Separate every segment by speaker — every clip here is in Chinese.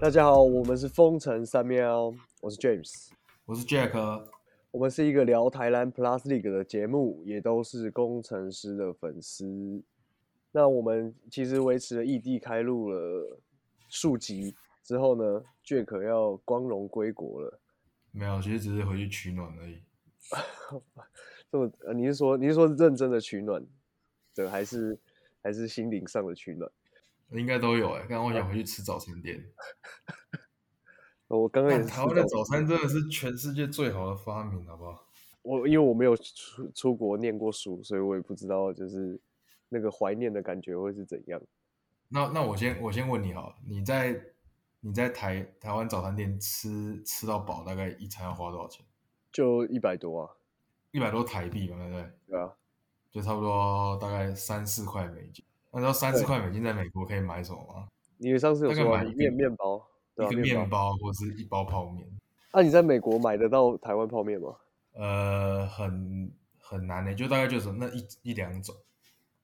Speaker 1: 大家好，我们是风城三喵，我是 James，
Speaker 2: 我是 Jack。啊
Speaker 1: 我们是一个聊台湾 Plus League 的节目，也都是工程师的粉丝。那我们其实维持了异地开录了数集之后呢，Jack 要光荣归国了。
Speaker 2: 没有，其实只是回去取暖而已。
Speaker 1: 这么，呃你是说你是说认真的取暖，对，还是还是心灵上的取暖？
Speaker 2: 应该都有哎、欸，刚刚我想回去吃早餐店。
Speaker 1: 呃我刚刚也
Speaker 2: 但
Speaker 1: 是
Speaker 2: 台湾的
Speaker 1: 吃
Speaker 2: 早餐真的是全世界最好的发明，好不好？
Speaker 1: 我因为我没有出出国念过书，所以我也不知道就是那个怀念的感觉会是怎样。
Speaker 2: 那那我先我先问你好了，你在你在台台湾早餐店吃吃到饱，大概一餐要花多少钱？
Speaker 1: 就一百多啊，
Speaker 2: 一百多台币吧，对不对？
Speaker 1: 对啊，
Speaker 2: 就差不多大概三四块美金。那你知道三四
Speaker 1: 对
Speaker 2: 块美金在美国可以买什么吗？
Speaker 1: 你上次有
Speaker 2: 大概
Speaker 1: 说啊
Speaker 2: 买一
Speaker 1: 一
Speaker 2: 个
Speaker 1: 面面包，对啊，
Speaker 2: 一个
Speaker 1: 面
Speaker 2: 面
Speaker 1: 包。
Speaker 2: 包或是一包泡面。
Speaker 1: 那、你在美国买得到台湾泡面吗？
Speaker 2: 呃，很很难呢、欸就大概就是那一一两种，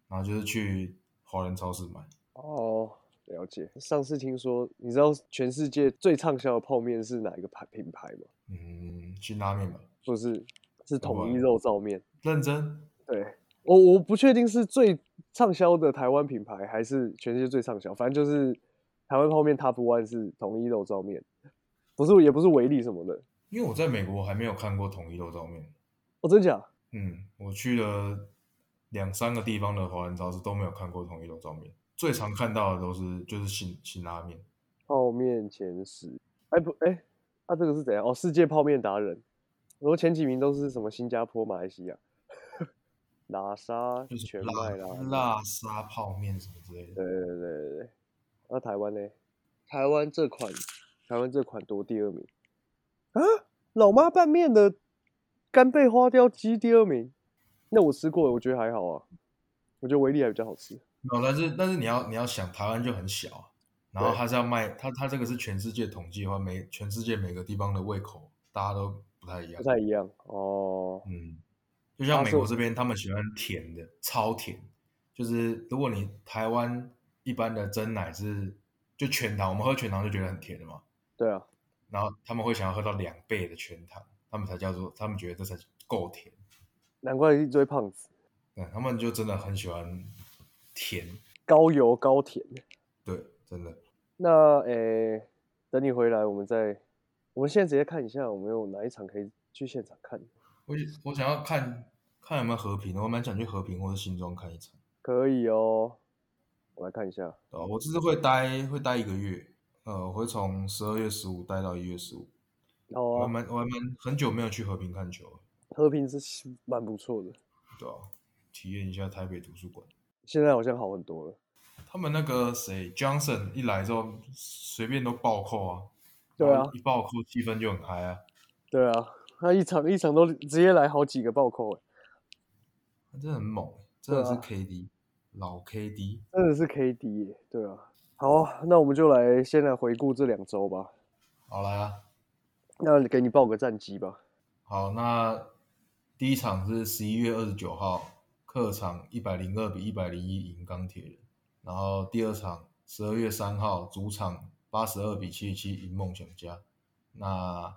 Speaker 2: 然后就是去华人超市买。
Speaker 1: 哦，了解。上次听说，你知道全世界最畅销的泡面是哪一个牌品牌吗？
Speaker 2: 嗯，辛拉面吧，
Speaker 1: 不是，是统一
Speaker 2: 哇
Speaker 1: 肉燥面。
Speaker 2: 认真。
Speaker 1: 对，我我不确定是最畅销的台湾品牌，还是全世界最畅销。反正就是台湾泡面 Top One 是统一肉燥面，不是也不是维力什么的。
Speaker 2: 因为我在美国还没有看过统一肉燥面。
Speaker 1: 哦，真假？
Speaker 2: 嗯，我去了两三个地方的华人超市都没有看过统一肉燥面，最常看到的都是就是辛辛拉面。
Speaker 1: 泡面前十？哎不哎，那、这个是怎样？哦，世界泡面达人。我说前几名都是什么新加坡、马来西亚、 拉沙、
Speaker 2: 就是
Speaker 1: 全
Speaker 2: 辣
Speaker 1: 麦啦。
Speaker 2: 辣沙泡面什么之类
Speaker 1: 对
Speaker 2: 的。
Speaker 1: 对对对对。那台湾呢？台湾这款，台湾这款夺第二名啊！老妈拌面的干贝花雕鸡第二名。那我吃过，我觉得还好啊。我觉得维力还比较好吃。
Speaker 2: 没有，但是但是你要你要想，台湾就很小啊，然后
Speaker 1: 对
Speaker 2: 它是要卖，它它这个是全世界统计的话，每全世界每个地方的胃口大家都不太一样
Speaker 1: 不。太一样哦。
Speaker 2: 嗯，就像
Speaker 1: 啊
Speaker 2: 美
Speaker 1: 是
Speaker 2: 国这边，他们喜欢甜的，超甜。就是如果你台湾一般的真奶是就全糖，我们喝全糖就觉得很甜的嘛，
Speaker 1: 对啊，
Speaker 2: 然后他们会想要喝到两倍的全糖，他们才叫做他们觉得这才够甜。
Speaker 1: 难怪一堆胖子，
Speaker 2: 嗯，他们就真的很喜欢甜，
Speaker 1: 高油高甜。
Speaker 2: 对，真的。
Speaker 1: 那诶，等你回来，我们再，我们现在直接看一下，我们有哪一场可以去现场看？
Speaker 2: 我我想要看看有没有和平，我蛮想去和平或者新庄看一场。
Speaker 1: 可以哦，我来看一下。
Speaker 2: 对吧我这次会待会待一个月，呃，我会从十二月十五待到一月十五。
Speaker 1: 哦
Speaker 2: 我
Speaker 1: 啊、
Speaker 2: 还蛮我还蛮很久没有去和平看球了，
Speaker 1: 和平是蛮不错的，
Speaker 2: 对吧、体验一下台北图书馆。
Speaker 1: 现在好像好很多了。
Speaker 2: 他们那个谁 Johnson 一来之后，随便都暴扣啊，
Speaker 1: 对啊
Speaker 2: 然后一暴扣气氛就很嗨啊，
Speaker 1: 对啊，他一场一场都直接来好几个暴扣、欸，
Speaker 2: 他真的很猛、欸真的是
Speaker 1: 对啊
Speaker 2: KD、老 KD。
Speaker 1: 真的是 KD 耶、对啊。好啊，那我们就来先来回顾这两周吧。
Speaker 2: 好来啊，
Speaker 1: 那给你报个战绩吧。
Speaker 2: 好，那第一场是十一月二十九号客场一百零二比一百零一赢钢铁人，然后第二场十二月三号主场八十二比七十七赢梦想家。那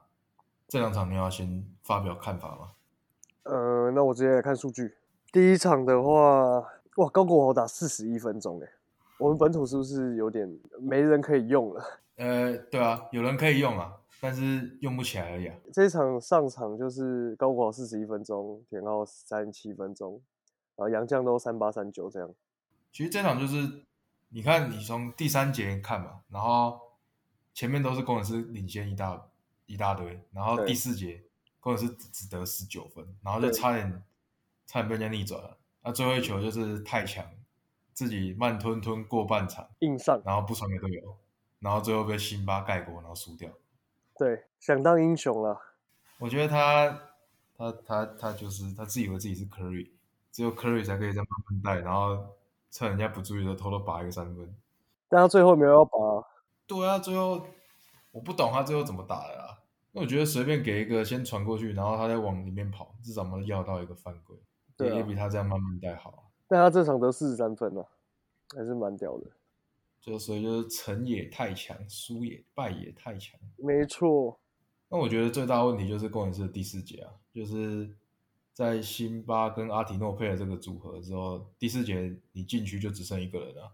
Speaker 2: 这两场你要先发表看法吗？
Speaker 1: 呃，那我直接来看数据。第一场的话，哇，高国豪打四十一分钟，哎，我们本土是不是有点没人可以用了？
Speaker 2: 呃，对啊，有人可以用啊，但是用不起来而已啊。
Speaker 1: 这一场上场就是高国豪四十一分钟，田浩三七分钟，然后杨绛都三八三九这样。
Speaker 2: 其实这场就是，你看你从第三节看嘛，然后前面都是工程师领先一大一大堆，然后
Speaker 1: 对
Speaker 2: 第四节工程师只只得十九分，然后就
Speaker 1: 对
Speaker 2: 差点差点被人家逆转了。那最后一球就是太强，自己慢吞吞过半场，
Speaker 1: 硬上，
Speaker 2: 然后不传给队友，然后最后被辛巴盖过，然后输掉。
Speaker 1: 对，想当英雄了。
Speaker 2: 我觉得他他他他就是他自以为自己是 Curry，只有 Curry 才可以这样慢慢带，然后趁人家不注意的时候偷偷拔一个三分。
Speaker 1: 但他最后没有要把，
Speaker 2: 对啊，最后我不懂他最后怎么打的啦。那我觉得随便给一个先传过去，然后他再往里面跑，至少我们要到一个犯规，
Speaker 1: 对
Speaker 2: 也
Speaker 1: 啊
Speaker 2: 也比他这样慢慢带好啊。
Speaker 1: 但他这场得四十三分啊，还是蛮屌的。
Speaker 2: 就所以就是成也太强，输也败也太强。
Speaker 1: 没错，
Speaker 2: 那我觉得最大的问题就是公演是第四节啊，就是在辛巴跟阿提诺配了这个组合之后，第四节你禁区就只剩一个人啊，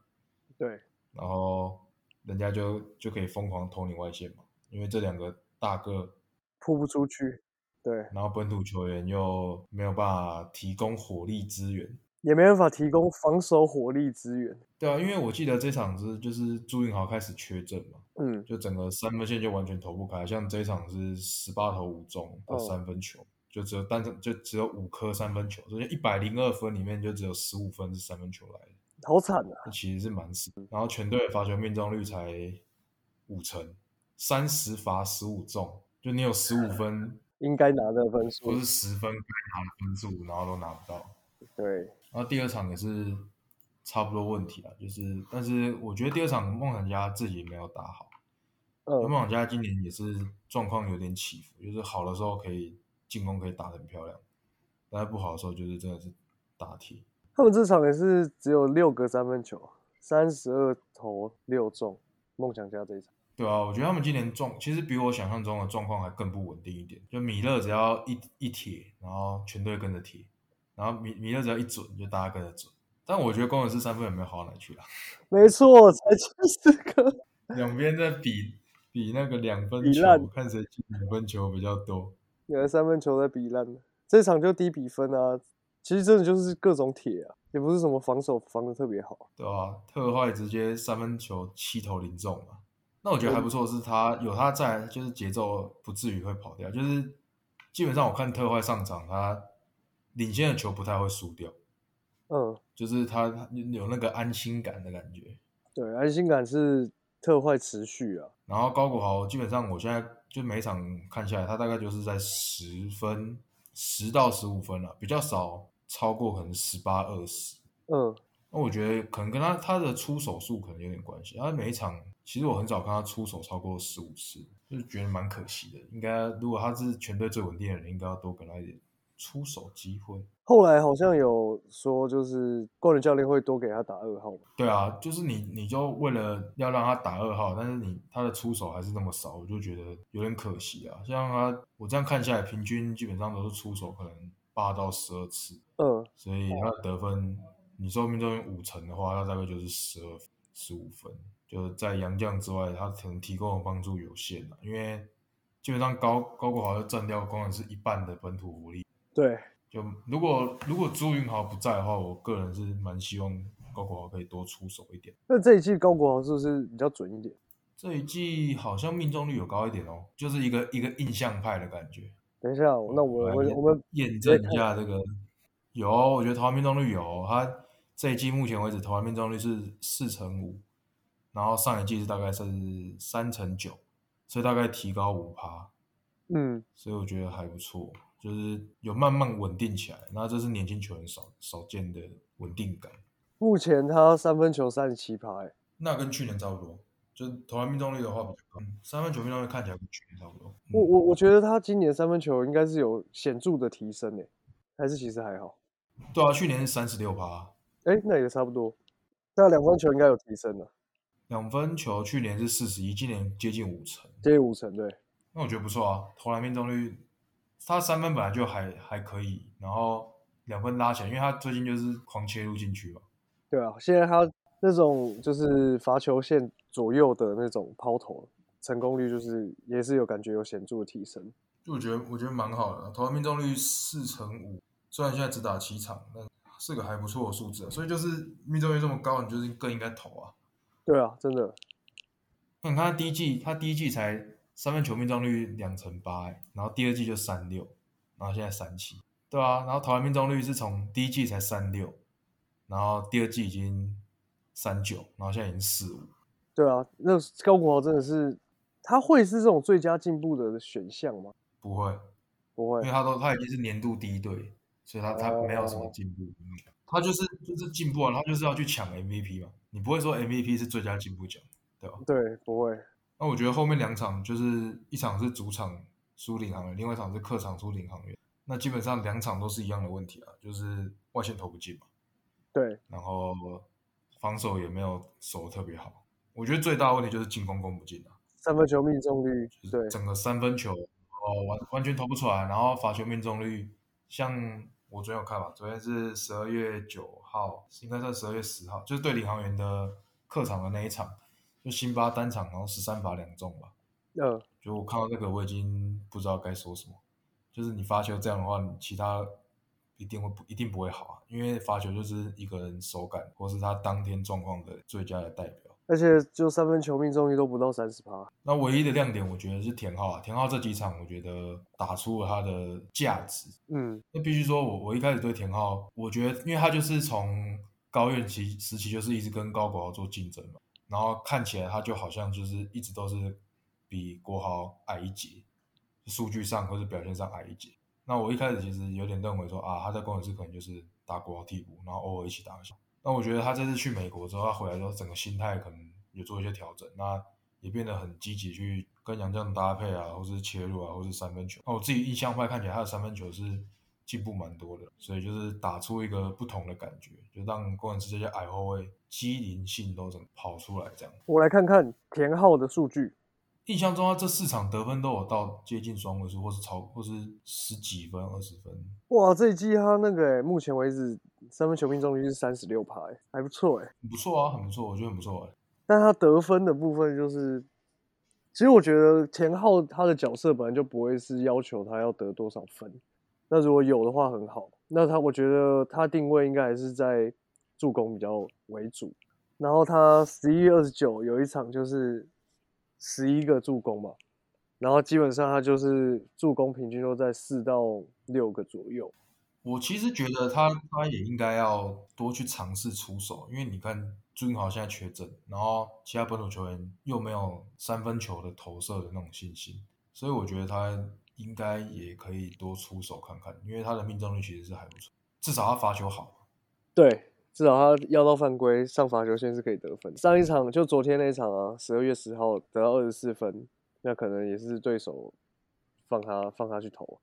Speaker 1: 对，
Speaker 2: 然后人家就就可以疯狂投你外线嘛，因为这两个大个，
Speaker 1: 扑不出去，对，
Speaker 2: 然后本土球员又没有办法提供火力支援，
Speaker 1: 也没办法提供防守火力支援。
Speaker 2: 对啊，因为我记得这场是就是朱云豪开始缺阵嘛，
Speaker 1: 嗯，
Speaker 2: 就整个三分线就完全投不开，像这一场是十八投五中的
Speaker 1: 哦
Speaker 2: 三分球，就只有单场就只有五颗三分球，所以一百零二分里面就只有十五分是三分球来的，
Speaker 1: 好惨啊！
Speaker 2: 这其实是蛮少。然后全队的罚球命中率才五成，三十罚十五中，就你有十五分
Speaker 1: 应该拿的分数
Speaker 2: 或，是十分该拿的分数，然后都拿不到。
Speaker 1: 对，
Speaker 2: 然后第二场也是差不多问题啊，就是但是我觉得第二场梦想家自己没有打好。
Speaker 1: 嗯，
Speaker 2: 梦想家今年也是状况有点起伏，就是好的时候可以进攻可以打得很漂亮，但是不好的时候就是真的是打铁。
Speaker 1: 他们这场也是只有六个三分球，三十二投六中，梦想家这一场，
Speaker 2: 对啊，我觉得他们今年状其实比我想象中的状况还更不稳定一点。就米勒只要一一铁，然后全队跟着铁，然后米米勒只要一准，就大家跟着准。但我觉得工程师三分也没有好到哪去啊，
Speaker 1: 没错，才七十个，
Speaker 2: 两边在比比那个两分
Speaker 1: 比
Speaker 2: 球
Speaker 1: 烂，
Speaker 2: 看谁进两分球比较多。
Speaker 1: 有的三分球在比烂，这场就低比分啊。其实真的就是各种铁啊，也不是什么防守防的特别好，
Speaker 2: 对啊，特坏直接三分球七投零中嘛。那我觉得还不错，是他有他在，就是节奏不至于会跑掉。就是基本上我看特坏上场，他领先的球不太会输掉，
Speaker 1: 嗯，
Speaker 2: 就是他他有那个安心感的感觉。
Speaker 1: 对，安心感是特坏持续啊，
Speaker 2: 然后高国豪基本上我现在就每场看下来，他大概就是在十分十到十五分了，啊比较少超过可能十八二十。
Speaker 1: 嗯，
Speaker 2: 那我觉得可能跟他他的出手数可能有点关系。他每一场其实我很少看他出手超过十五次，就是觉得蛮可惜的。应该如果他是全队最稳定的人，应该要多给他一点出手机会。
Speaker 1: 后来好像有说，就是冠伦教练会多给他打二号嘛，
Speaker 2: 对啊，就是你你就为了要让他打二号，但是你他的出手还是那么少，我就觉得有点可惜啊。像他我这样看下来，平均基本上都是出手可能八到十二次，
Speaker 1: 嗯，
Speaker 2: 所以他的得分，你说命中率五成的话，他大概就是十二十五分，就是在杨将之外，他可能提供的帮助有限啊了，因为基本上高高国豪就占掉工程师一半的本土福利。
Speaker 1: 对，
Speaker 2: 就如果如果朱云豪不在的话，我个人是蛮希望高国豪可以多出手一点。
Speaker 1: 那这一季高国豪是不是比较准一点？
Speaker 2: 这一季好像命中率有高一点哦，就是一个一个印象派的感觉。
Speaker 1: 等一下，哦那我
Speaker 2: 来
Speaker 1: 我
Speaker 2: 验
Speaker 1: 我们
Speaker 2: 验证一下这个。有，啊我觉得投篮命中率有，他这一季目前为止投篮命中率是四成五，然后上一季是大概是三成九，所以大概提高五趴，
Speaker 1: 嗯，
Speaker 2: 所以我觉得还不错，就是有慢慢稳定起来。那这是年轻球员少少见的稳定感，
Speaker 1: 目前他三分球三十七趴，欸
Speaker 2: 那跟去年差不多，就是投篮命中率的话比较高，嗯三分球命中率看起来跟去年差不多。嗯
Speaker 1: 我我我觉得他今年三分球应该是有显著的提升诶、欸还是其实还好，
Speaker 2: 对啊，去年是三十六趴，
Speaker 1: 哎、那也差不多。那两分球应该有提升了，
Speaker 2: 两分球去年是四十一，今年接近五成。
Speaker 1: 接近五成对，
Speaker 2: 那我觉得不错啊，投篮命中率，他三分本来就还还可以，然后两分拉起来，因为他最近就是狂切入禁区嘛。
Speaker 1: 对啊，现在他那种就是罚球线左右的那种抛投，成功率就是也是有感觉有显著的提升。
Speaker 2: 就我觉得我觉得蛮好的，投篮命中率四成五，虽然现在只打七场，但是个还不错的数字、啊。所以就是命中率这么高，你就是更应该投啊。
Speaker 1: 对啊，真的，
Speaker 2: 那你嗯看他第一季，他第一季才三分球命中率两成八、欸，然后第二季就三六，然后现在三七，对啊，然后投篮命中率是从第一季才三六，然后第二季已经三九，然后现在已经四五，
Speaker 1: 对啊，那高国豪真的是，他会是这种最佳进步的选项吗？
Speaker 2: 不会，
Speaker 1: 不
Speaker 2: 因为
Speaker 1: 会，
Speaker 2: 他都他已经是年度第一队，所以他他没有什么进步，他就是就是进步啊，他就是要去抢 MVP 嘛，你不会说 MVP 是最佳进步奖，对吧？
Speaker 1: 对，不会，
Speaker 2: 那我觉得后面两场就是一场是主场输领航员，另外一场是客场输领航员。那基本上两场都是一样的问题啊，就是外线投不进嘛，
Speaker 1: 对，
Speaker 2: 然后防守也没有守得特别好。我觉得最大的问题就是进攻攻不进啊，
Speaker 1: 三分球命中率，对，
Speaker 2: 整个三分球哦完完全投不出来，然后罚球命中率，像我昨天有看嘛，昨天是十二月九号，应该算十二月十号，就是对领航员的客场的那一场，就辛巴单场然后十三罚两中吧，
Speaker 1: 嗯，
Speaker 2: 就我看到这个我已经不知道该说什么，就是你罚球这样的话，你其他一定会不一定不会好啊，因为罚球就是一个人手感或是他当天状况的最佳的代表。
Speaker 1: 而且就三分球命中率都不到三十趴，
Speaker 2: 那唯一的亮点，我觉得是田浩啊。田浩这几场，我觉得打出了他的价值。
Speaker 1: 嗯，
Speaker 2: 那必须说我，我一开始对田浩，我觉得，因为他就是从高院期时期就是一直跟高国豪做竞争嘛，然后看起来他就好像就是一直都是比国豪矮一截，数据上或是表现上矮一截。那我一开始其实有点认为说啊，他在工程师可能就是打国豪替补，然后偶尔一起打个小。那我觉得他这次去美国之后，他回来之后整个心态可能有做一些调整，那也变得很积极去跟杨绛搭配啊，或是切入啊，或是三分球。那我自己印象派看起来他的三分球是进步蛮多的，所以就是打出一个不同的感觉，就让工程师这些矮后卫机灵性都整跑出来这样。
Speaker 1: 我来看看田浩的数据，
Speaker 2: 印象中他这四场得分都有到接近双位数，或是超，或是十几分、二十分，
Speaker 1: 哇，这一季他那个、欸、目前为止三分球命中率是三十六趴，欸还不错哎、欸
Speaker 2: 很不错啊，很不错，我觉得很不错哎、
Speaker 1: 但他得分的部分就是，其实我觉得田浩他的角色本来就不会是要求他要得多少分，那如果有的话很好。那他我觉得他定位应该还是在助攻比较为主，然后他十一月二十九有一场就是十一个助攻嘛，然后基本上他就是助攻平均都在四到六个左右。
Speaker 2: 我其实觉得他他也应该要多去尝试出手，因为你看朱云豪现在缺阵，然后其他本土球员又没有三分球的投射的那种信心，所以我觉得他应该也可以多出手看看，因为他的命中率其实是还不错，至少他罚球好。
Speaker 1: 对，至少他要到犯规上罚球线是可以得分。上一场就昨天那一场啊，十二月十号得到二十四分，那可能也是对手放他放他去投。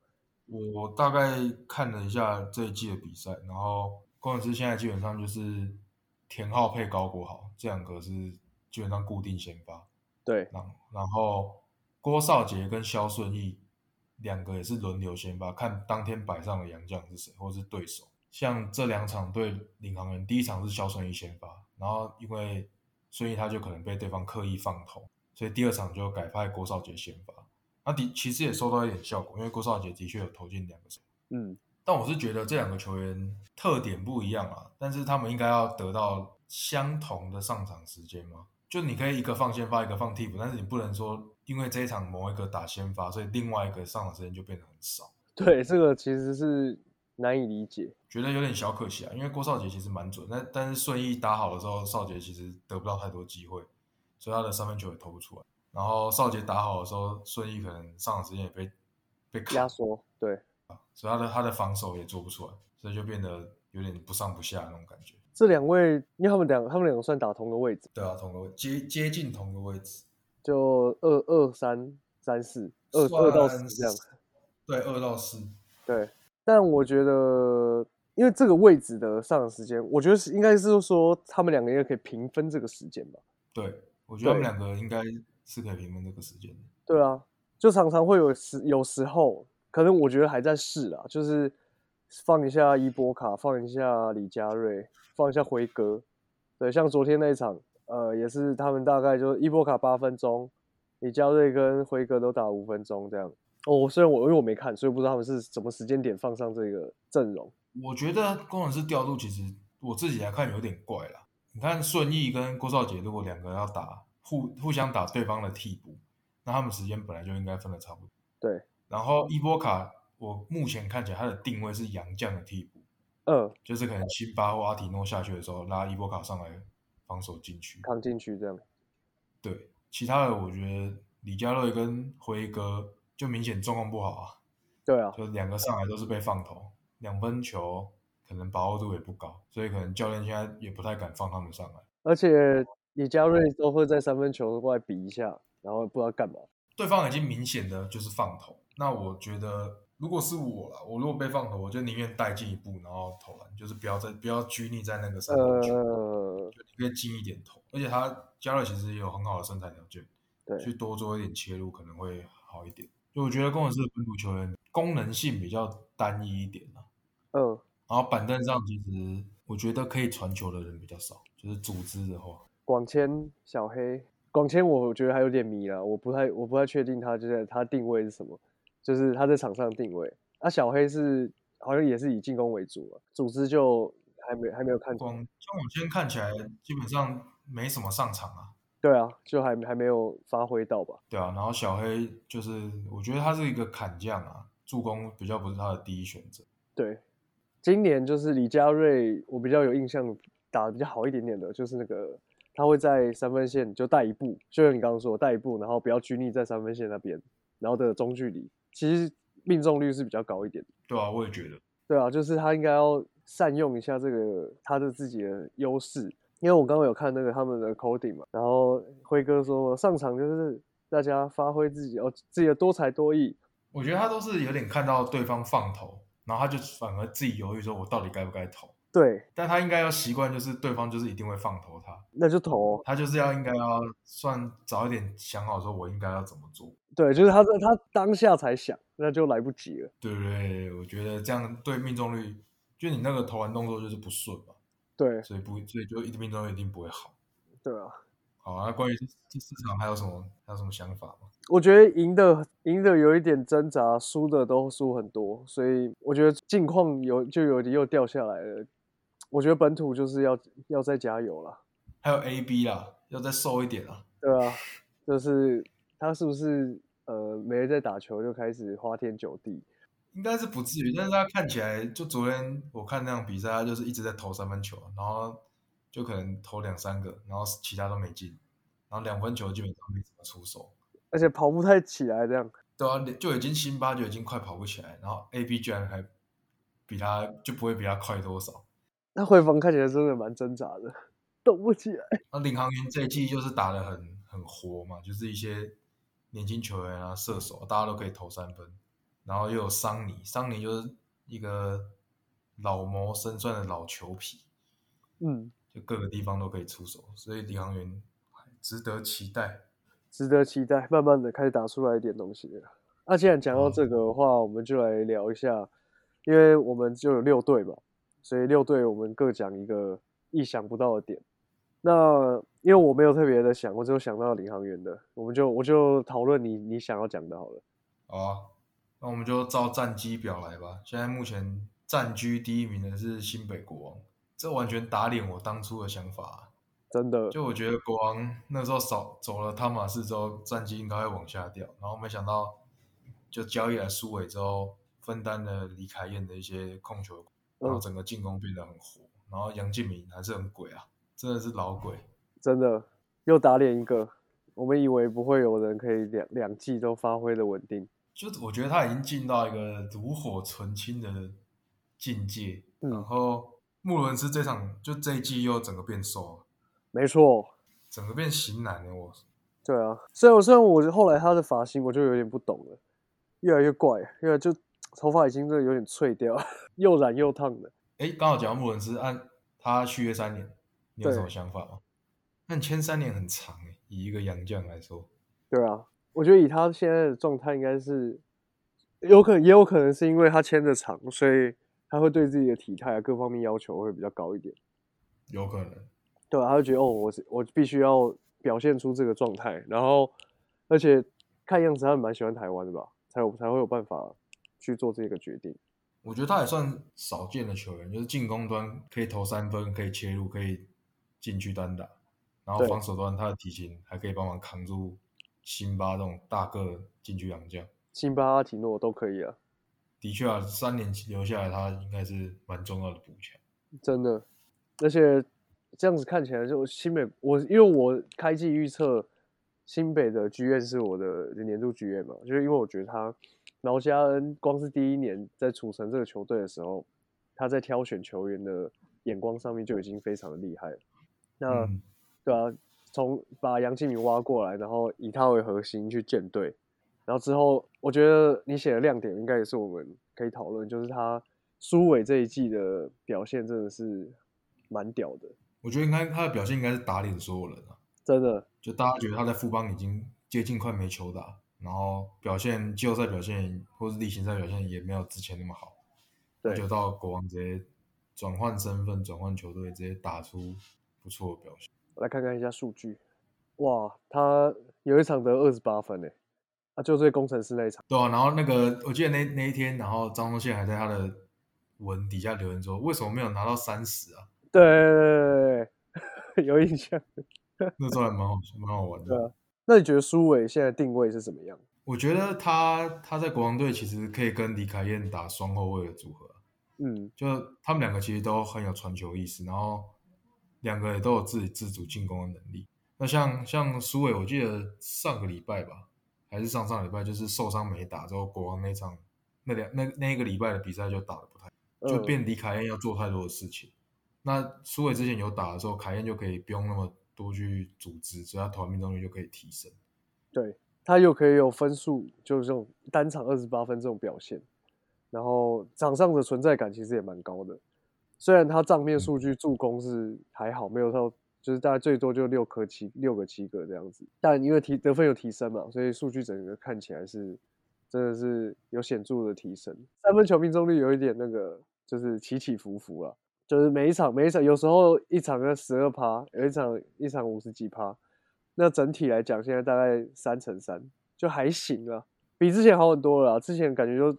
Speaker 2: 我大概看了一下这一季的比赛，然后工程师现在基本上就是田浩配高国豪这两个是基本上固定先发，
Speaker 1: 对，
Speaker 2: 然然后郭少杰跟肖顺义两个也是轮流先发，看当天摆上的洋将是谁，或是对手。像这两场对领航员，第一场是肖顺义先发，然后因为顺义他就可能被对方刻意放投，所以第二场就改派郭少杰先发。那的其实也收到一点效果，因为郭少杰的确有投进两个手。
Speaker 1: 嗯，
Speaker 2: 但我是觉得这两个球员特点不一样啊，但是他们应该要得到相同的上场时间吗？就你可以一个放先发，一个放替补，但是你不能说因为这一场某一个打先发，所以另外一个上场时间就变得很少，
Speaker 1: 对，这个其实是难以理解。
Speaker 2: 觉得有点小可惜啊。因为郭少杰其实蛮准，但但是顺义打好了之后，少杰其实得不到太多机会，所以他的三分球也投不出来。然后少杰打好的时候，顺义可能上场时间也被被卡
Speaker 1: 压缩，对，
Speaker 2: 所以他的他的防守也做不出来，所以就变得有点不上不下那种感觉。
Speaker 1: 这两位，因为他们两他们两个算打同个位置，
Speaker 2: 对啊，同个位接接近同个位置，
Speaker 1: 就二二三三四二二到四这样。
Speaker 2: 算。对，二到四，
Speaker 1: 对，但我觉得，因为这个位置的上场时间，我觉得是应该是说他们两个应该可以平分这个时间吧。
Speaker 2: 对我觉得他
Speaker 1: 对
Speaker 2: 们两个应该是可以平分这个时间的。
Speaker 1: 对啊，就常常会有时有时候，可能我觉得还在试啦，就是放一下伊波卡，放一下李佳瑞，放一下辉哥。对，像昨天那一场，呃，也是他们大概就是伊波卡八分钟，李佳瑞跟辉哥都打五分钟这样。哦，虽然我因为我没看，所以不知道他们是什么时间点放上这个阵容。
Speaker 2: 我觉得工程师调度其实我自己来看有点怪啦。你看顺义跟郭少杰，如果两个人要打互互相打对方的替补，那他们时间本来就应该分的差不多。
Speaker 1: 对，
Speaker 2: 然后伊波卡，我目前看起来他的定位是洋将的替补，
Speaker 1: 嗯，
Speaker 2: 就是可能辛巴或阿提诺下去的时候拉伊波卡上来防守禁区。
Speaker 1: 扛进去这样。
Speaker 2: 对，其他的我觉得李佳瑞跟辉哥就明显状况不好啊，
Speaker 1: 对啊，
Speaker 2: 就两个上来都是被放投，两分球可能把握度也不高，所以可能教练现在也不太敢放他们上来。
Speaker 1: 而且李佳瑞都会在三分球外比一下，然后不知道干嘛。
Speaker 2: 对方已经明显的就是放投，那我觉得，如果是我啦，我如果被放投，我就宁愿带进一步，然后投篮，就是不要再不要拘泥在那个三分球，
Speaker 1: 呃，
Speaker 2: 就你可以近一点投。而且他加勒其实也有很好的身材条件，
Speaker 1: 对
Speaker 2: 去多做一点切入可能会好一点。就我觉得工程师的本土球员功能性比较单一一点啊，
Speaker 1: 嗯，
Speaker 2: 然后板凳上其实我觉得可以传球的人比较少，就是组织的话，
Speaker 1: 广谦、小黑，广谦我觉得还有点迷了，我不太我不太确定他就是他定位是什么，就是他在场上定位。啊，小黑是好像也是以进攻为主嘛，组织就还没还没有看出
Speaker 2: 广像我今天看起来基本上没什么上场啊，
Speaker 1: 对啊，就还还没有发挥到吧？
Speaker 2: 对啊，然后小黑就是，我觉得他是一个砍将啊，助攻比较不是他的第一选择。
Speaker 1: 对，今年就是李佳瑞，我比较有印象打的比较好一点点的，就是那个他会在三分线就带一步，就像你刚刚说的带一步，然后不要拘泥在三分线那边，然后的中距离，其实命中率是比较高一点的。
Speaker 2: 对啊，我也觉得，
Speaker 1: 对啊，就是他应该要善用一下这个他的自己的优势，因为我刚刚有看那个他们的 coding 嘛，然后辉哥说上场就是大家发挥自己哦自己的多才多艺，
Speaker 2: 我觉得他都是有点看到对方放投，然后他就反而自己犹豫说，我到底该不该投？
Speaker 1: 对，
Speaker 2: 但他应该要习惯，就是对方就是一定会放投他，
Speaker 1: 那就投、
Speaker 2: 他就是要应该要算早一点想好说，我应该要怎么做。
Speaker 1: 对，就是他在他当下才想，那就来不及了。
Speaker 2: 对不对？我觉得这样对命中率，就你那个投篮动作就是不顺嘛，
Speaker 1: 对
Speaker 2: 所以不，所以就一定命中率一定不会好。
Speaker 1: 对啊，
Speaker 2: 好，那关于这这市场还有什么还有什么想法吗？
Speaker 1: 我觉得赢的赢的有一点挣扎，输的都输很多，所以我觉得近况有就有点又掉下来了。我觉得本土就是要要再加油啦。
Speaker 2: 还有 AB 啦，要再瘦一点啊。
Speaker 1: 对啊，就是他是不是呃没人在打球就开始花天酒地？
Speaker 2: 应该是不至于，但是他看起来就昨天我看那场比赛，他就是一直在投三分球，然后就可能投两三个，然后其他都没进，然后两分球基本上没怎么出手，
Speaker 1: 而且跑不太起来，这样
Speaker 2: 对啊，就已经辛巴就已经快跑不起来，然后 AB 居然还比他就不会比他快多少。
Speaker 1: 那慧峰看起来真的蛮挣扎的，动不起来。
Speaker 2: 那领航员这一季就是打得很很活嘛，就是一些年轻球员啊、射手，大家都可以投三分，然后又有桑尼，桑尼就是一个老谋深算的老球皮，
Speaker 1: 嗯，
Speaker 2: 就各个地方都可以出手，所以领航员值得期待。
Speaker 1: 值得期待，慢慢的开始打出来一点东西了。那、既然讲到这个的话，我们就来聊一下，因为我们就有六队嘛，所以六队我们各讲一个意想不到的点。那因为我没有特别的想，我只有想到领航员的，我们就我就讨论你你想要讲的好了。
Speaker 2: 好啊，那我们就照战绩表来吧。现在目前占居第一名的是新北国王，这完全打脸我当初的想法啊、
Speaker 1: 真的，
Speaker 2: 就我觉得国王那时候少走了汤马士之后，战绩应该会往下掉。然后没想到，就交易来苏伟之后，分担了李凯燕的一些控球，然后整个进攻变得很火。然后杨敬敏还是很鬼啊，真的是老鬼。
Speaker 1: 真的又打脸一个。我们以为不会有人可以两两季都发挥的稳定，
Speaker 2: 就是我觉得他已经进到一个炉火纯青的境界。
Speaker 1: 嗯
Speaker 2: 然后穆伦斯这场就这一季又整个变瘦了，
Speaker 1: 没错，
Speaker 2: 整个变型男了。我
Speaker 1: 对啊。虽然虽然我后来他的发型我就有点不懂了，越来越怪，越来就头发已经真的有点脆掉， 又染又烫的。
Speaker 2: 哎，刚好讲到穆伦斯，按他续约三年，你有
Speaker 1: 对
Speaker 2: 什么想法吗？那你签三年很长哎、以一个洋将来说，
Speaker 1: 对啊，我觉得以他现在的状态，应该是有可能，也有可能是因为他签的长，所以他会对自己的体态啊各方面要求会比较高一点。
Speaker 2: 有可能。
Speaker 1: 对啊，他就觉得哦，我是我必须要表现出这个状态，然后而且看样子他们蛮喜欢台湾的吧，才有才会有办法去做这个决定。
Speaker 2: 我觉得他也算少见的球员，就是进攻端可以投三分，可以切入，可以禁区单打，然后
Speaker 1: 对
Speaker 2: 防守端他的体型还可以帮忙扛住辛巴这种大个禁区洋将。
Speaker 1: 辛巴、阿提诺都可以啊，
Speaker 2: 的确啊，三年留下来，他应该是蛮重要的补强。
Speaker 1: 真的。而且这样子看起来，就新北我因为我开季预测新北的剧院是我的年度剧院嘛，就是因为我觉得他劳加恩光是第一年在组成这个球队的时候，他在挑选球员的眼光上面就已经非常的厉害了。那、
Speaker 2: 嗯，
Speaker 1: 对啊，从把杨敬敏挖过来，然后以他为核心去建队，然后之后，我觉得你写的亮点应该也是我们可以讨论，就是他苏伟这一季的表现真的是蛮屌的，
Speaker 2: 我觉得应该他的表现应该是打脸所有人啊，
Speaker 1: 真的
Speaker 2: 就大家觉得他在富邦已经接近快没球打，然后表现季后赛表现或是例行赛表现也没有之前那么好，
Speaker 1: 对
Speaker 2: 就到国王直接转换身份、转换球队，直接打出不错的表现。
Speaker 1: 我来看看一下数据，哇，他有一场得二十八分诶、啊，就对工程师那一场，
Speaker 2: 对啊，然后那个我记得那那一天，然后张宗宪还在他的文底下留言说，为什么没有拿到三十啊？
Speaker 1: 对对对对对，有印象。
Speaker 2: 那时候还蛮好蛮好玩的。
Speaker 1: 对啊那你觉得苏伟现在定位是什么样？
Speaker 2: 我觉得他他在国王队其实可以跟李凯燕打双后卫的组合，啊
Speaker 1: 嗯，
Speaker 2: 就他们两个其实都很有传球意识，然后两个也都有自己自主进攻的能力。那像像苏伟，我记得上个礼拜吧，还是上上礼拜，就是受伤没打之后，国王那场那两那那一个礼拜的比赛就打得不太，就
Speaker 1: 嗯
Speaker 2: 变李凯燕要做太多的事情。那苏伟之前有打的时候，凯燕就可以不用那么多去组织，所以他投篮命中率就可以提升。
Speaker 1: 对他又可以有分数，就是这种单场二十八分这种表现，然后场上的存在感其实也蛮高的。虽然他账面数据助攻是还好，没有到就是大概最多就六颗七六个七个这样子，但因为提得分有提升嘛，所以数据整个看起来是真的是有显著的提升。三分球命中率有一点那个就是起起伏伏啊，就是每一场每一场有时候一场要十二趴，有一场一场五十几趴，那整体来讲，现在大概三乘三，就还行了，比之前好很多了啦。之前感觉就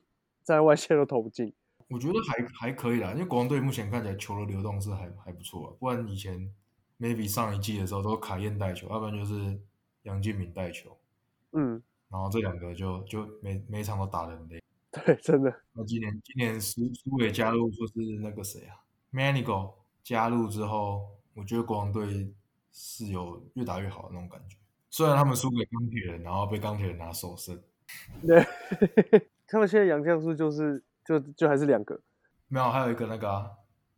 Speaker 1: 站在外线都投不进。
Speaker 2: 我觉得还还可以啦，因为国王队目前看起来球的流动是还还不错啊，不然以前 maybe 上一季的时候都是卡宴带球，要不然就是杨敬敏带球，
Speaker 1: 嗯，
Speaker 2: 然后这两个就就每每场都打得很累。
Speaker 1: 对，真的，
Speaker 2: 那今年今年苏苏伟加入就是那个谁啊，Manigo 加入之后，我觉得国王队是有越打越好的那种感觉。虽然他们输给钢铁人，然后被钢铁人拿首胜，
Speaker 1: 对，他们现在杨将数就是就就还是两个
Speaker 2: 没有，还有一个那个、啊、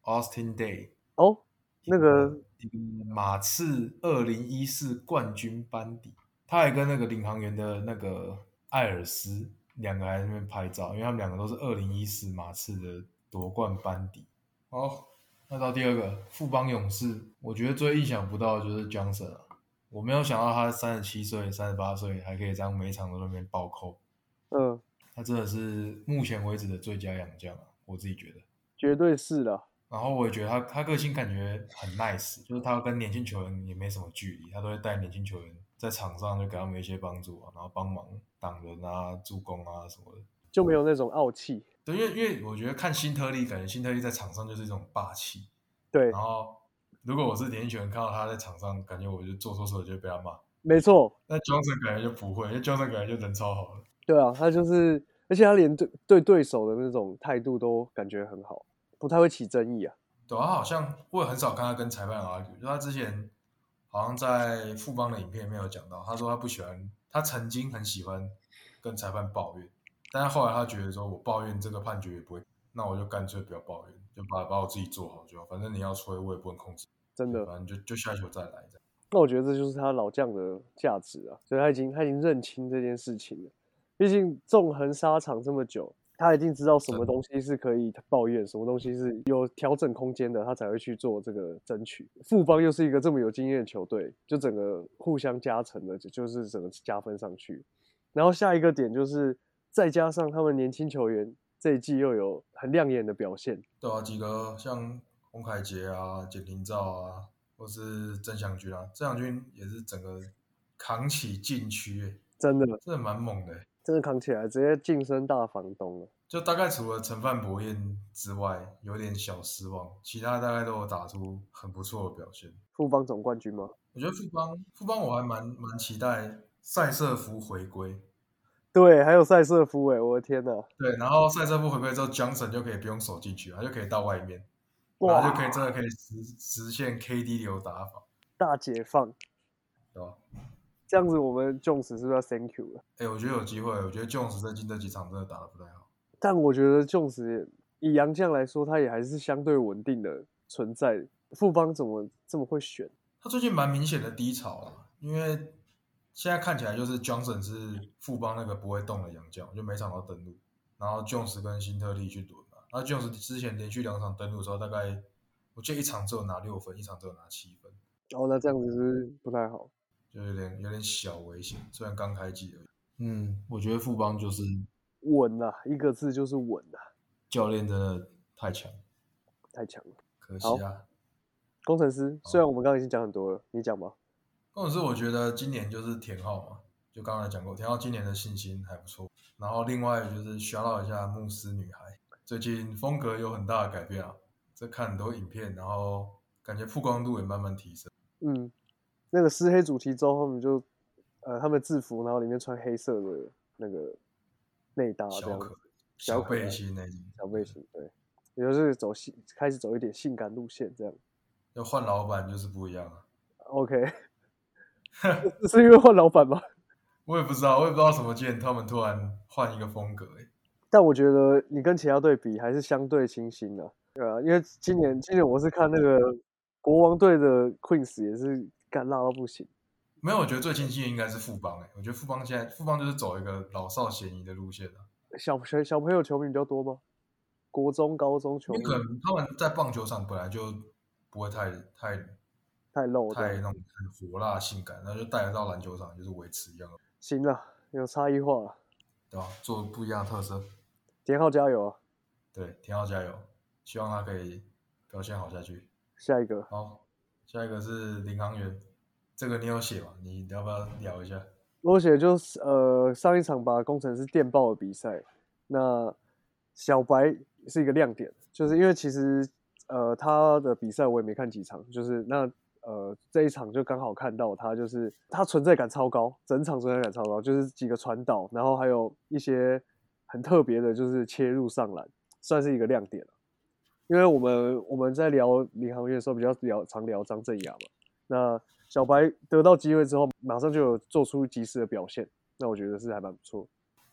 Speaker 2: Austin Day，
Speaker 1: 哦，那个
Speaker 2: 一个马刺二零一四冠军班底，他还跟那个领航员的那个艾尔斯两个还在那边拍照，因为他们两个都是二零一四马刺的夺冠班底。好，那到第二个富邦勇士，我觉得最意想不到的就是 Johnson 啊，我没有想到他三十七岁、三十八岁还可以这样每一场都在那边暴扣，
Speaker 1: 嗯，
Speaker 2: 他真的是目前为止的最佳洋将啊，我自己觉得。
Speaker 1: 绝对是的，
Speaker 2: 然后我也觉得他他个性感觉很 nice，就是他跟年轻球员也没什么距离，他都会带年轻球员在场上就给他们一些帮助啊，然后帮忙挡人啊、助攻啊什么的。
Speaker 1: 就没有那种傲气。
Speaker 2: 对，因为因为我觉得看辛特利，感觉辛特利在场上就是一种霸气。
Speaker 1: 对
Speaker 2: 然，后如果我是年轻球员，看到他在场上，感觉我就做错事我就会被他骂。
Speaker 1: 没错，
Speaker 2: 那 Johnson 感觉就不会，因为 Johnson 感觉就人超好了。
Speaker 1: 对啊，他就是，而且他连对对对手的那种态度都感觉很好，不太会起争议啊。
Speaker 2: 对，他好像我也很少看他跟裁判 argue，就他之前好像在富邦的影片里面有讲到，他说他不喜欢，他曾经很喜欢跟裁判抱怨，但是后来他觉得说我抱怨这个判决也不会，那我就干脆不要抱怨，就把把我自己做好就好，反正你要吹我也不能控制，
Speaker 1: 真的，
Speaker 2: 反正就就下一球再来这样。
Speaker 1: 那我觉得这就是他老将的价值啊，所以他已经他已经认清这件事情了。毕竟纵横沙场这么久，他一定知道什么
Speaker 2: 真的
Speaker 1: 东西是可以抱怨，什么东西是有调整空间的，他才会去做这个争取。富邦又是一个这么有经验的球队，就整个互相加成的，就就是整个加分上去。然后下一个点就是再加上他们年轻球员这一季又有很亮眼的表现，
Speaker 2: 对啊，几个像洪凯杰啊、简廷照啊，或是郑祥军啊，郑祥军也是整个扛起禁区、欸，
Speaker 1: 真的
Speaker 2: 真的蛮猛的、欸。
Speaker 1: 真的扛起来，直接晋升大房东了。
Speaker 2: 就大概除了陈范博彦之外，有点小失望，其他大概都有打出很不错的表现。
Speaker 1: 富邦总冠军吗？
Speaker 2: 我觉得富邦富邦我还蛮蛮期待赛瑟夫回归，
Speaker 1: 对，还有塞瑟夫哎，我的天呐！
Speaker 2: 对，然后赛瑟夫回归之后，Johnson 就可以不用守进去，他就可以到外面，然后就
Speaker 1: 哇，
Speaker 2: 可以真的可以实实现 KD 流打法，
Speaker 1: 大解放！
Speaker 2: 对吧？
Speaker 1: 这样子我们 Jones 是不是要 Thank you 了？
Speaker 2: 哎，我觉得有机会，我觉得 Jones 最近这几场真的打得不太好，
Speaker 1: 但我觉得 Jones 也以杨将来说，他也还是相对稳定的存在。富邦怎么这么会选？
Speaker 2: 他最近蛮明显的低潮了，因为现在看起来就是 Johnson 是富邦那个不会动的洋将，就每场都登陆，然后 Jones 跟辛特利去蹲嘛。那 Jones 之前连续两场登陆的时候，大概我记得一场只有拿六分，一场只有拿七分，
Speaker 1: 哦，那这样子是不是不太好。
Speaker 2: 就有点有点小危险。虽然刚开季而已。嗯，我觉得富邦就是
Speaker 1: 稳呐、一个字就是稳呐、
Speaker 2: 教练真的太强，
Speaker 1: 太强了。
Speaker 2: 可惜啊。
Speaker 1: 工程师，虽然我们刚刚已经讲很多了，你讲吧。
Speaker 2: 或者是我觉得今年就是田浩嘛，就刚才讲过，田浩今年的信心还不错。然后另外就是 shout out 一下牧师女孩，最近风格有很大的改变啊，在看很多影片，然后感觉曝光度也慢慢提升。
Speaker 1: 嗯，那个撕黑主题之后，他们就呃，他们制服，然后里面穿黑色的那个内搭这
Speaker 2: 小
Speaker 1: 样
Speaker 2: 可
Speaker 1: 子，
Speaker 2: 小
Speaker 1: 小可爱
Speaker 2: 背心那种，
Speaker 1: 小背心，对，也就是走性开始走一点性感路线这样。
Speaker 2: 要换老板就是不一样啊。
Speaker 1: OK，是是因为换老板吗？
Speaker 2: 我也不知道，我也不知道什么件他们突然换一个风格、欸，
Speaker 1: 但我觉得你跟其他队比还是相对清新的、对啊，因为今年今年我是看那个国王队的 Queens 也是干辣到不行，
Speaker 2: 没有，我觉得最清晰的应该是富邦、欸，我觉得富邦现在富邦就是走一个老少咸宜的路线啊。
Speaker 1: 小学小朋友球迷比较多吗？国中、高中球
Speaker 2: 因为
Speaker 1: 迷
Speaker 2: 可能他们在棒球场本来就不会太太
Speaker 1: 太露
Speaker 2: 太
Speaker 1: 了啊
Speaker 2: 那，种很火辣性感，然后就带得到篮球场就是维持一样的，
Speaker 1: 行了，有差异化了，
Speaker 2: 对吧？做不一样的特色，
Speaker 1: 田浩加油啊！
Speaker 2: 对，田浩加油，希望他可以表现好下去。
Speaker 1: 下一个
Speaker 2: 好，下一个是林航员，这个你有写吗？你要不要聊一下？
Speaker 1: 我写就是呃上一场把工程师电爆的比赛，那小白是一个亮点，就是因为其实呃他的比赛我也没看几场，就是那呃这一场就刚好看到他，就是他存在感超高，整场存在感超高，就是几个传导，然后还有一些很特别的，就是切入上篮，算是一个亮点了因为我们我们在聊领航员的时候，比较聊常聊张镇雅嘛。那小白得到机会之后，马上就有做出及时的表现，那我觉得是还蛮不错。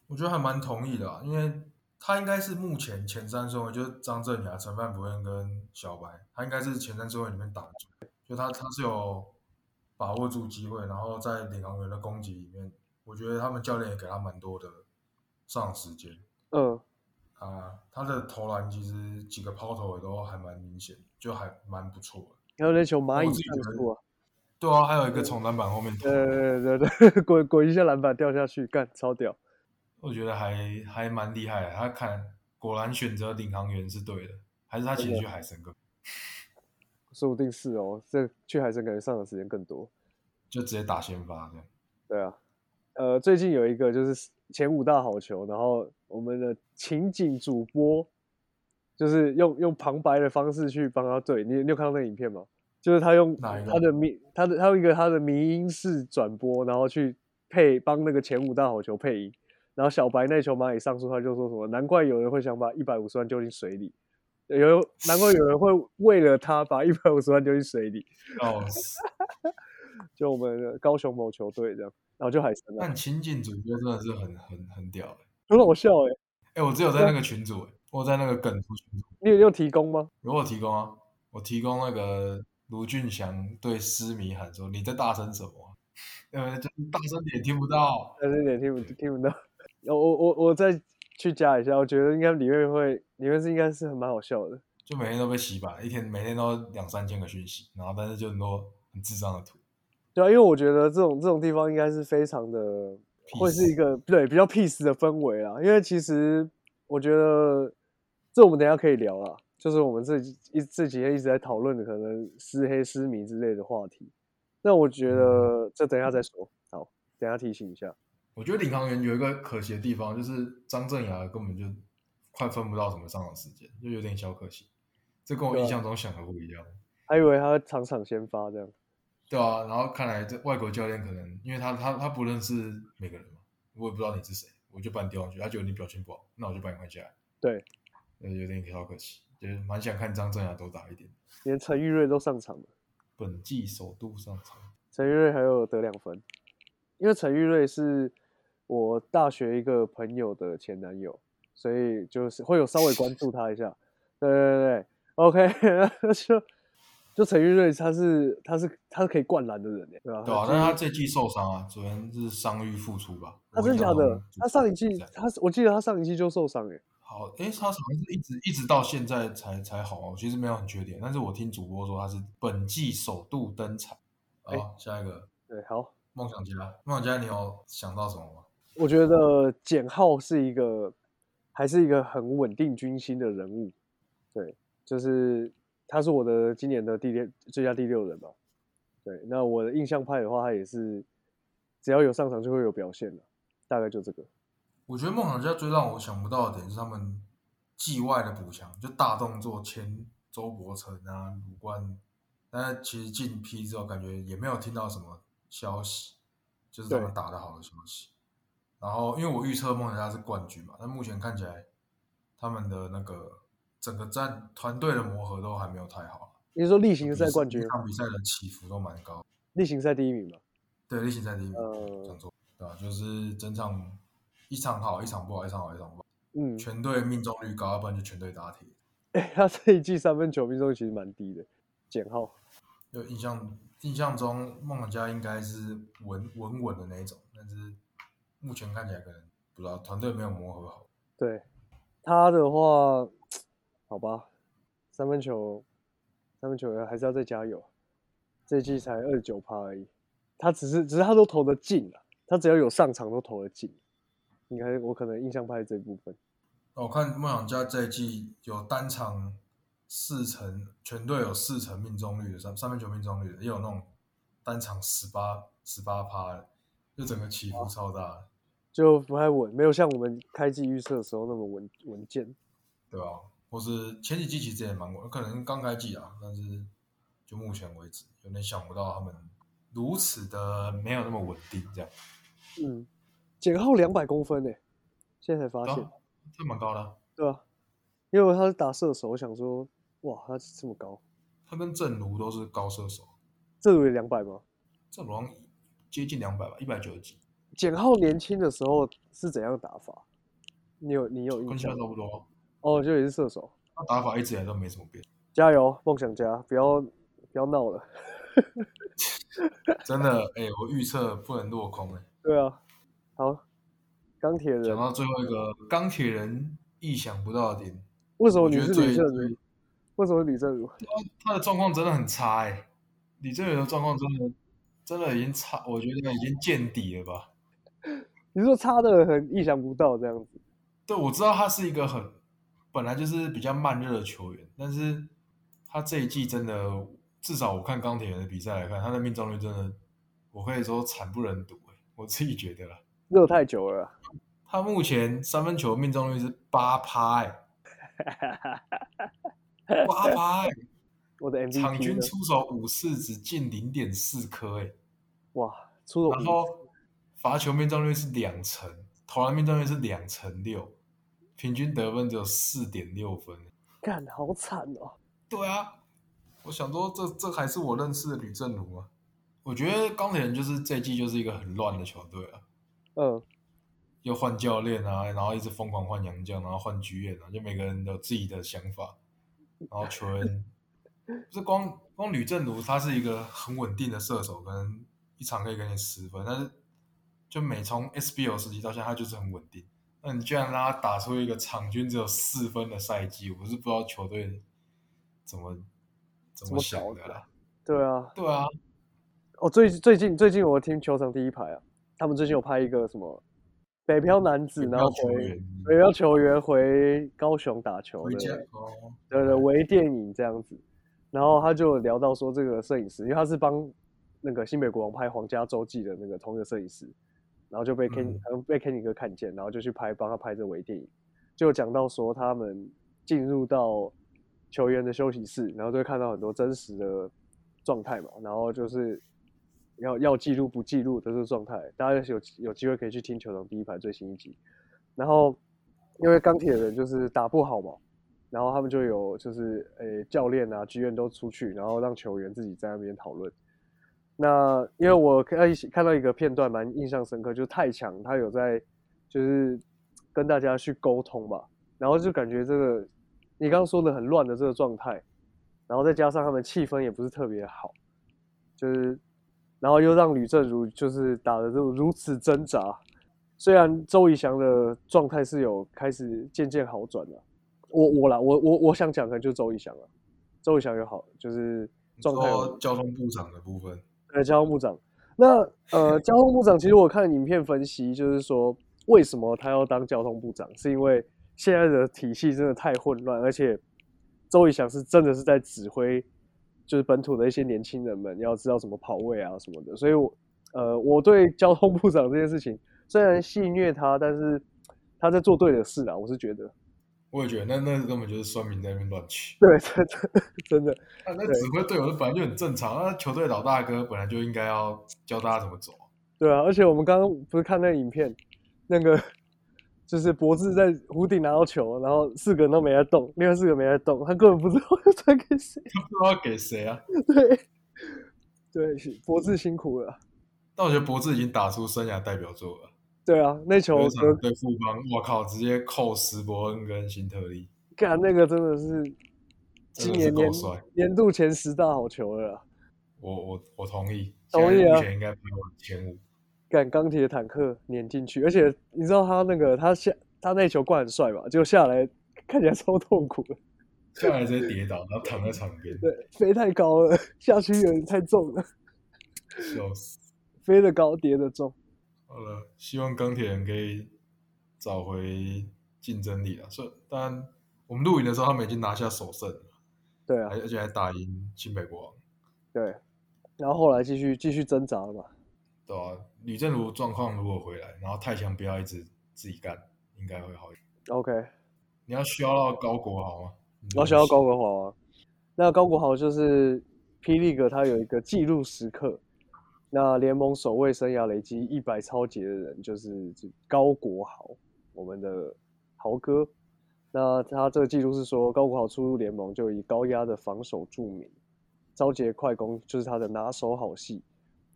Speaker 2: 我觉得还蛮同意的、啊，因为他应该是目前前三顺位，就是张镇雅、陈范博恩跟小白，他应该是前三顺位里面打主，就他他是有把握住机会，然后在领航员的攻击里面，我觉得他们教练也给他蛮多的上场时间
Speaker 1: 嗯，
Speaker 2: 啊，他的投篮其实几个抛投也都还蛮明显，就还蛮不错的。
Speaker 1: 还有那球蚂
Speaker 2: 我
Speaker 1: 蚁
Speaker 2: 自己
Speaker 1: 战
Speaker 2: 觉得
Speaker 1: 术啊，
Speaker 2: 对啊，还有一个从篮板后面投，
Speaker 1: 呃，对对对， 滚滚一下篮板掉下去，干超屌。
Speaker 2: 我觉得还还蛮厉害的。他看果然选择领航员是对的，还是他其实去海神哥。
Speaker 1: 说不定是哦，这去海神感觉上场时间更多。
Speaker 2: 就直接打先发这样。
Speaker 1: 对啊，呃，最近有一个就是前五大好球，然后我们的情景主播就是用用旁白的方式去帮他对你，你有看到那个影片吗？就是他用
Speaker 2: 哪一个
Speaker 1: 他的迷他的他用一个他的迷音式转播，然后去配帮那个前五大好球配音。然后小白那球蚂蚁上树，他就说什么：“难怪有人会想把一百五十万丢进水里，有难怪有人会为了他把一百五十万丢进水里。
Speaker 2: 笑死！”
Speaker 1: 就我们的高雄某球队这样，然后就海神了，
Speaker 2: 但情景主播真的是很很很屌哎、
Speaker 1: 很好笑哎、
Speaker 2: 欸我只有在那个群组哎、我有在那个梗图群组，
Speaker 1: 你有用提供吗？
Speaker 2: 有我提供啊，我提供那个卢俊祥对思迷喊说：“你在大声什么啊？” 呃，就大声点听不到。
Speaker 1: 但是有点听不听不到。我我我我再去加一下，我觉得应该里面会里面是应该是很蛮好笑的。
Speaker 2: 就每天都被洗版，一天每天都两三千个讯息，然后但是就很多很智障的图，
Speaker 1: 对啊，因为我觉得这种这种地方应该是非常的，会是一个对比较 peace 的氛围啦。因为其实我觉得这我们等一下可以聊啦，就是我们这几一这几天一直在讨论的可能私黑私迷之类的话题。那我觉得这等一下再说，好，等一下提醒一下。
Speaker 2: 我觉得领航员有一个可惜的地方，就是张镇雅根本就快分不到什么上场时间，就有点小可惜。这跟我
Speaker 1: 对啊
Speaker 2: 印象中想的不一样。
Speaker 1: 还以为他场场先发这样，
Speaker 2: 对啊，然后看来这外国教练可能，因为他他他不认识每个人嘛，我也不知道你是谁，我就把你丢上去，他觉得你表现不好，那我就把你换下来，
Speaker 1: 对，
Speaker 2: 呃，有点小可惜，就是蛮想看张镇雅多打一点。
Speaker 1: 连陈玉瑞都上场了。
Speaker 2: 本季首度上场，
Speaker 1: 陈玉瑞还有得两分，因为陈玉瑞是我大学一个朋友的前男友，所以就是会有稍微关注他一下。对对对对，OK，那就就陈玉瑞他是他是他是可以灌篮的人欸耶，对吧、
Speaker 2: 对啊，
Speaker 1: 他
Speaker 2: 但是他这季受伤啊，昨天是伤愈复出吧？
Speaker 1: 他啊
Speaker 2: 我
Speaker 1: 真
Speaker 2: 印
Speaker 1: 假
Speaker 2: 象
Speaker 1: 的
Speaker 2: 中？
Speaker 1: 他上一季
Speaker 2: 是
Speaker 1: 他我记得他上一季就受伤哎，
Speaker 2: 好，诶，他好像是一直一直到现在才才好哦，其实没有很缺点，但是我听主播说他是本季首度登场。
Speaker 1: 诶
Speaker 2: 好，下一个
Speaker 1: 对，好，
Speaker 2: 梦想家，梦想家，你有想到什么吗？
Speaker 1: 我觉得简浩是一个还是一个很稳定军心的人物，对，就是他是我的今年的第六最佳第六人嘛，对，那我的印象派的话，他也是只要有上场就会有表现了，大概就这个，
Speaker 2: 我觉得梦想家最让我想不到的点是他们季外的补强，就大动作签周伯成啊、鲁冠，但是其实进 P 之后感觉也没有听到什么消息，就是他们
Speaker 1: 对
Speaker 2: 打得好的消息。然后因为我预测梦想家是冠军嘛，但目前看起来他们的那个整个战团队的磨合都还没有太好，
Speaker 1: 你说例行赛冠军
Speaker 2: 每，场比赛的起伏都蛮高。
Speaker 1: 例行赛第一名嘛，
Speaker 2: 对，例行赛第一名，
Speaker 1: 呃
Speaker 2: 讲错，对吧、就是整场一场好，一场不好，一场好，一场不好。
Speaker 1: 嗯，
Speaker 2: 全队命中率高，要不然就全队打铁。
Speaker 1: 哎，他这一季三分球命中率其实蛮低的，简浩，
Speaker 2: 就印象印象中，梦想家应该是稳稳稳的那一种，但是目前看起来可能不知道团队没有磨合好。
Speaker 1: 对他的话，好吧，三分球，三分球还是要再加油。这一季才二十九趴而已，他只是只是他都投得进了，他只要有上场都投得进。应该我可能印象派这部分，
Speaker 2: 那我看梦想家这一季有单场四成，全队有四成命中率的三三分球命中率的，也有那种单场十八十八趴的，就整个起伏超大的，
Speaker 1: 就不太稳，没有像我们开季预测的时候那么稳稳健。
Speaker 2: 对吧、或是前几季其实也蛮稳，可能刚开季啊，但是就目前为止，有点想不到他们如此的没有那么稳定，这样，
Speaker 1: 嗯，简浩两百公分呢、现在才发
Speaker 2: 对
Speaker 1: 现
Speaker 2: 啊，，这蛮高的啊、
Speaker 1: 对啊，因为他是打射手，我想说，哇，他这么高，
Speaker 2: 他跟正如都是高射手，
Speaker 1: 这有两百吗？
Speaker 2: 正如好像接近两百吧，一百九十几，
Speaker 1: 简浩年轻的时候是怎样打法？你有你有印
Speaker 2: 跟现在
Speaker 1: 象吗？
Speaker 2: 差不多。
Speaker 1: 哦，就也是射手。
Speaker 2: 他打法一直以来都没什么变，
Speaker 1: 加油，梦想家，不要不要闹了。
Speaker 2: 真的，哎、我预测不能落空哎、
Speaker 1: 对啊，好，钢铁
Speaker 2: 讲
Speaker 1: 人，
Speaker 2: 到最后一个钢铁人意想不到的点，
Speaker 1: 为什么
Speaker 2: 我
Speaker 1: 你
Speaker 2: 觉得
Speaker 1: 是
Speaker 2: 最
Speaker 1: 吕正如
Speaker 2: 最？
Speaker 1: 为什么吕正如？
Speaker 2: 他的状况真的很差哎、李正宇的状况真的真的已经差，我觉得已经见底了吧。
Speaker 1: 你说差的很意想不到这样子，
Speaker 2: 对，我知道他是一个很本来就是比较慢热的球员，但是他这一季真的，至少我看钢铁人的比赛来看，他的命中率真的，我可以说惨不忍睹、欸、我自己觉得啦，
Speaker 1: 热太久了啊。
Speaker 2: 他目前三分球命中率是八趴哎，八趴欸，
Speaker 1: 我的 MVP
Speaker 2: 场均
Speaker 1: 呢
Speaker 2: 出手五次只进零点四颗哎，
Speaker 1: 哇，出了
Speaker 2: 然
Speaker 1: 五
Speaker 2: 后罚球命中率是两成，投篮命中率是两成六，平均得分只有四点六分欸。
Speaker 1: 干，好惨哦。
Speaker 2: 对啊，我想说这这还是我认识的吕正如啊。我觉得钢铁人就是这一季就是一个很乱的球队啊，
Speaker 1: 嗯，
Speaker 2: 又换教练啊，然后一直疯狂换洋将，然后换剧院啊，就每个人都有自己的想法，然后球员 就是光光吕正如他是一个很稳定的射手，可能一场可以给你十分，但是就每从 SBL 时期到现在，他就是很稳定。那你居然让他打出一个场均只有四分的赛季，我是不知道球队怎么
Speaker 1: 怎
Speaker 2: 怎么
Speaker 1: 么
Speaker 2: 想
Speaker 1: 搞
Speaker 2: 的
Speaker 1: 的
Speaker 2: 啦
Speaker 1: 啊。对啊，
Speaker 2: 对啊，
Speaker 1: 哦，最最近最近我听球场第一排啊，他们最近有拍一个什么北漂男子，然后
Speaker 2: 球
Speaker 1: 回
Speaker 2: 员
Speaker 1: 北漂球员回高雄打球
Speaker 2: 回
Speaker 1: 的，
Speaker 2: 家
Speaker 1: 对
Speaker 2: 哦，
Speaker 1: 对，微电影这样子。然后他就有聊到说，这个摄影师，因为他是帮那个新北国王拍《皇家周记》的那个同一个摄影师，然后就被 Ken、
Speaker 2: 嗯
Speaker 1: 好像被 Kenny 哥看见，然后就去拍帮他拍这微电影，就讲到说他们进入到球员的休息室，然后就会看到很多真实的状态嘛，然后就是要要记录不记录的这个状态，大家有有机会可以去听球场第一排最新一集，然后因为钢铁人就是打不好嘛，然后他们就有就是诶、教练啊、剧院都出去，然后让球员自己在那边讨论。那因为我看呃一起看到一个片段蛮印象深刻，就是太强他有在就是跟大家去沟通吧，然后就感觉这个你刚刚说的很乱的这个状态，然后再加上他们气氛也不是特别好，就是，然后又让吕正如就是打得如如此挣扎。虽然周以翔的状态是有开始渐渐好转了，我我啦，我我我想讲可能就周以翔了，周以翔有好就是状态有
Speaker 2: 说交通部长的部分，
Speaker 1: 呃，交通部长。那呃，交通部长其实我看影片分析，就是说为什么他要当交通部长，是因为现在的体系真的太混乱，而且周以翔是真的是在指挥，就是本土的一些年轻人们要知道怎么跑位啊什么的。所以我呃，我对交通部长这件事情虽然戏虐他，但是他在做对的事啊，我是觉得。
Speaker 2: 我也觉得那那个根本就是酸民在那边乱取。
Speaker 1: 对，真的真的，
Speaker 2: 那那指挥队友本来就很正常，啊那球队老大哥本来就应该要教大家怎么走。
Speaker 1: 对啊，而且我们刚刚不是看那个影片，那个就是博智在湖顶拿到球，然后四个人都没在动，另外四个没在动，他根本不知道 要传给谁。
Speaker 2: 不知道要给谁啊？
Speaker 1: 对，对，是博智辛苦了。
Speaker 2: 但我觉得博智已经打出生涯代表作了。
Speaker 1: 对啊，那球
Speaker 2: 有一
Speaker 1: 我
Speaker 2: 场对富邦，我靠，直接扣斯伯恩跟辛特利，
Speaker 1: 干那个真的是今
Speaker 2: 真的是
Speaker 1: 年年
Speaker 2: 够帅。
Speaker 1: 年度前十大好球了啦。
Speaker 2: 我我我同意，
Speaker 1: 同意啊
Speaker 2: 现在目前应该排往前五。
Speaker 1: 干钢铁坦克碾进去，而且你知道他那个他下他那球灌很帅吧？结果下来看起来超痛苦的，
Speaker 2: 下来直接跌倒，然后躺在场边，
Speaker 1: 对，飞太高了， 下去有点太重了，
Speaker 2: 笑死。
Speaker 1: 飞得高，跌得重。
Speaker 2: 好了，希望钢铁人可以找回竞争力了。所以，当然我们录影的时候，他们已经拿下首胜了，
Speaker 1: 对啊
Speaker 2: 而，而且还打赢新北国王，
Speaker 1: 对，然后后来继续继续挣扎了嘛。
Speaker 2: 对吧、吕正如状况如果回来，然后太强不要一直自己干，应该会好一点。
Speaker 1: OK，然
Speaker 2: 你要需要到高国豪吗？
Speaker 1: 后想到高国豪啊，那高国豪就是霹雳哥，他有一个记录时刻，那联盟首位生涯累积一百超节的人就是高国豪，我们的豪哥。那他这个记录是说，高国豪初入联盟就以高压的防守著名，超节快攻就是他的拿手好戏。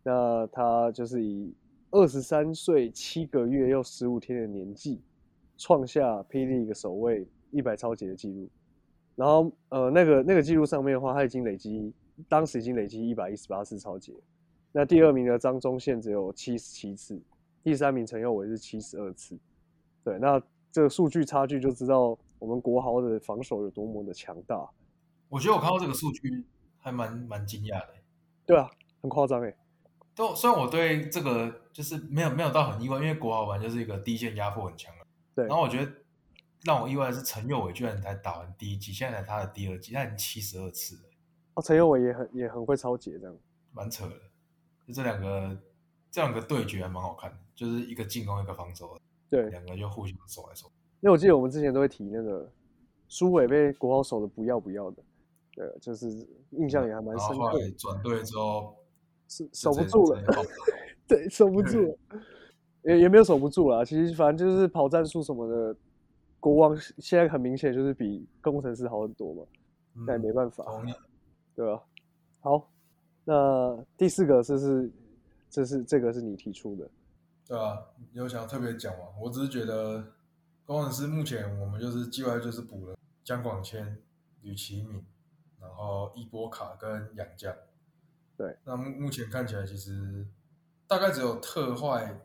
Speaker 1: 那他就是以二十三岁七个月又十五天的年纪，创下霹雳一个首位一百超级的记录。然后呃，那个那个记录上面的话，他已经累积，当时已经累积一百一十八次超级。那第二名的张宗宪只有七十七次，第三名陈佑伟是七十二次。对，那这个数据差距就知道我们国豪的防守有多么的强大。
Speaker 2: 我觉得我看到这个数据还蛮蛮惊讶的。
Speaker 1: 对啊，很夸张哎、
Speaker 2: 都虽然我对这个就是没有没有到很意外，因为国豪玩就是一个低线压迫很强的。
Speaker 1: 对
Speaker 2: 然后我觉得让我意外的是陈佑伟居然才打完第一季，现在才他的第二季，他已经七十二次了，
Speaker 1: 哦，陈佑伟也很也很会超节这样。
Speaker 2: 蛮扯的。就这两个这两个对决还蛮好看的，就是一个进攻一个防守，
Speaker 1: 对，
Speaker 2: 两个就互相守来守去。
Speaker 1: 因为我记得我们之前都会提那个苏伟被国豪守的不要不要的，对，就是印象也还蛮
Speaker 2: 然后
Speaker 1: 深
Speaker 2: 后
Speaker 1: 刻
Speaker 2: 来
Speaker 1: 的，
Speaker 2: 转队之后
Speaker 1: 是守
Speaker 2: 就
Speaker 1: 不
Speaker 2: 直接
Speaker 1: 住了
Speaker 2: 直，接 爆炸
Speaker 1: 对，守不住了， 也也没有守不住啦。其实反正就是跑战术什么的，国王现在很明显就是比工程师好很多嘛，那也没
Speaker 2: 嗯，
Speaker 1: 办法，
Speaker 2: 同意。
Speaker 1: 对吧、好，那第四个是是这是这个是你提出的，
Speaker 2: 对啊，有想要特别讲吗？我只是觉得工程师目前我们就是计划就是补了姜广谦、吕其敏，然后伊波卡跟杨绛。
Speaker 1: 对，
Speaker 2: 那目目前看起来其实大概只有特坏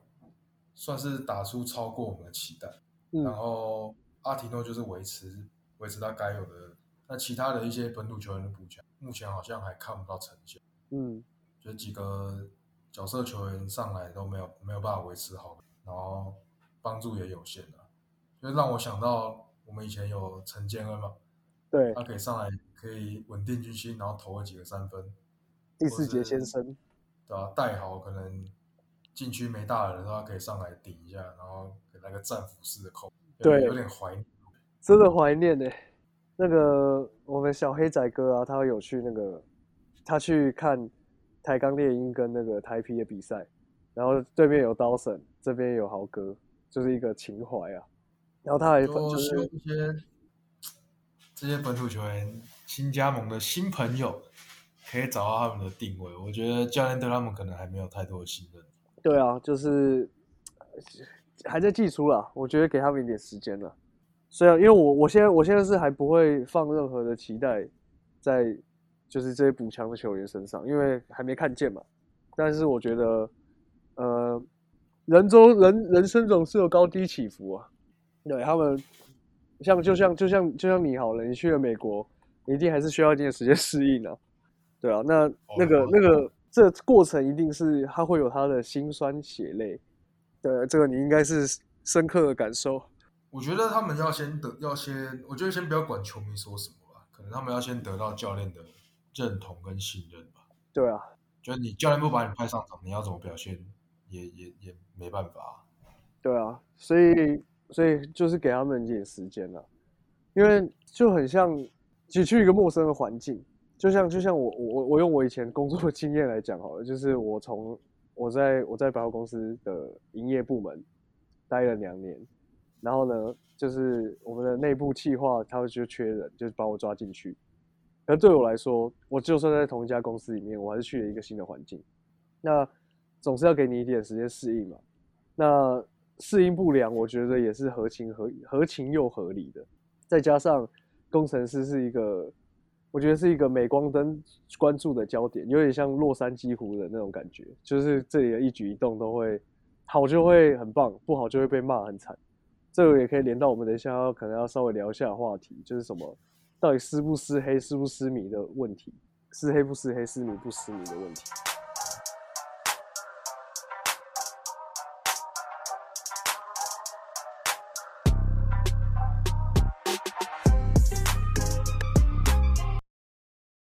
Speaker 2: 算是打出超过我们的期待，
Speaker 1: 嗯
Speaker 2: 然后阿提诺就是维持维持他该有的，那其他的一些本土球员的补强，目前好像还看不到成效。
Speaker 1: 嗯
Speaker 2: 就几个角色球员上来都没有没有办法维持好，然后帮助也有限啊，就让我想到我们以前有陈建恩嘛，
Speaker 1: 对，
Speaker 2: 他可以上来可以稳定军心，然后投了几个三分，
Speaker 1: 第
Speaker 2: 或
Speaker 1: 四节
Speaker 2: 是
Speaker 1: 先生，
Speaker 2: 对吧、带好可能禁区没大人的话，可以上来顶一下，然后给来个战斧式的扣，有
Speaker 1: 对
Speaker 2: 有点怀念。
Speaker 1: 真的怀念呢、那个我们小黑仔哥啊，他有去那个，他去看台钢猎鹰跟那个台啤的比赛，然后对面有刀神，这边有豪哥，就是一个情怀啊。然后他还分
Speaker 2: 就
Speaker 1: 就是是
Speaker 2: 一些这些本土球员新加盟的新朋友，可以找到他们的定位。我觉得教练对他们可能还没有太多的信任。
Speaker 1: 对啊，就是还在技术啦，我觉得给他们一点时间了。虽然因为我我现在我现在是还不会放任何的期待在就是这些补强的球员身上，因为还没看见嘛。但是我觉得，呃，人中人人生总是有高低起伏啊。对他们，像就像就像就像你好了，你去了美国，一定还是需要一定的时间 适应啊。对啊，那那个那个这过程一定是他会有他的辛酸血泪，对，这个你应该是深刻的感受。
Speaker 2: 我觉得他们要先得要先，我觉得先不要管球迷说什么吧，可能他们要先得到教练的认同跟信任吧。
Speaker 1: 对啊，
Speaker 2: 就是你教练不把你派上场，你要怎么表现也也也没办法、
Speaker 1: 对啊，所以所以就是给他们一点时间了，因为就很像你去一个陌生的环境，就像就像我我我用我以前工作的 经验来讲好了，就是我从我在我在百货公司的营业部门待了两年，然后呢，就是我们的内部企划他们就缺人，就是把我抓进去。可对我来说，我就算在同一家公司里面，我还是去了一个新的环境，那总是要给你一点时间适应嘛。那适应不良，我觉得也是合情合合情又合理的。再加上工程师是一个，我觉得是一个镁光灯关注的焦点，有点像洛杉矶湖人那种感觉，就是这里的一举一动都会好就会很棒，不好就会被骂很惨。这个也可以连到我们等一下要可能要稍微聊一下的话题，就是什么到底撕不撕黑、撕不撕迷的问题，撕黑不撕黑、撕迷不撕迷的问题。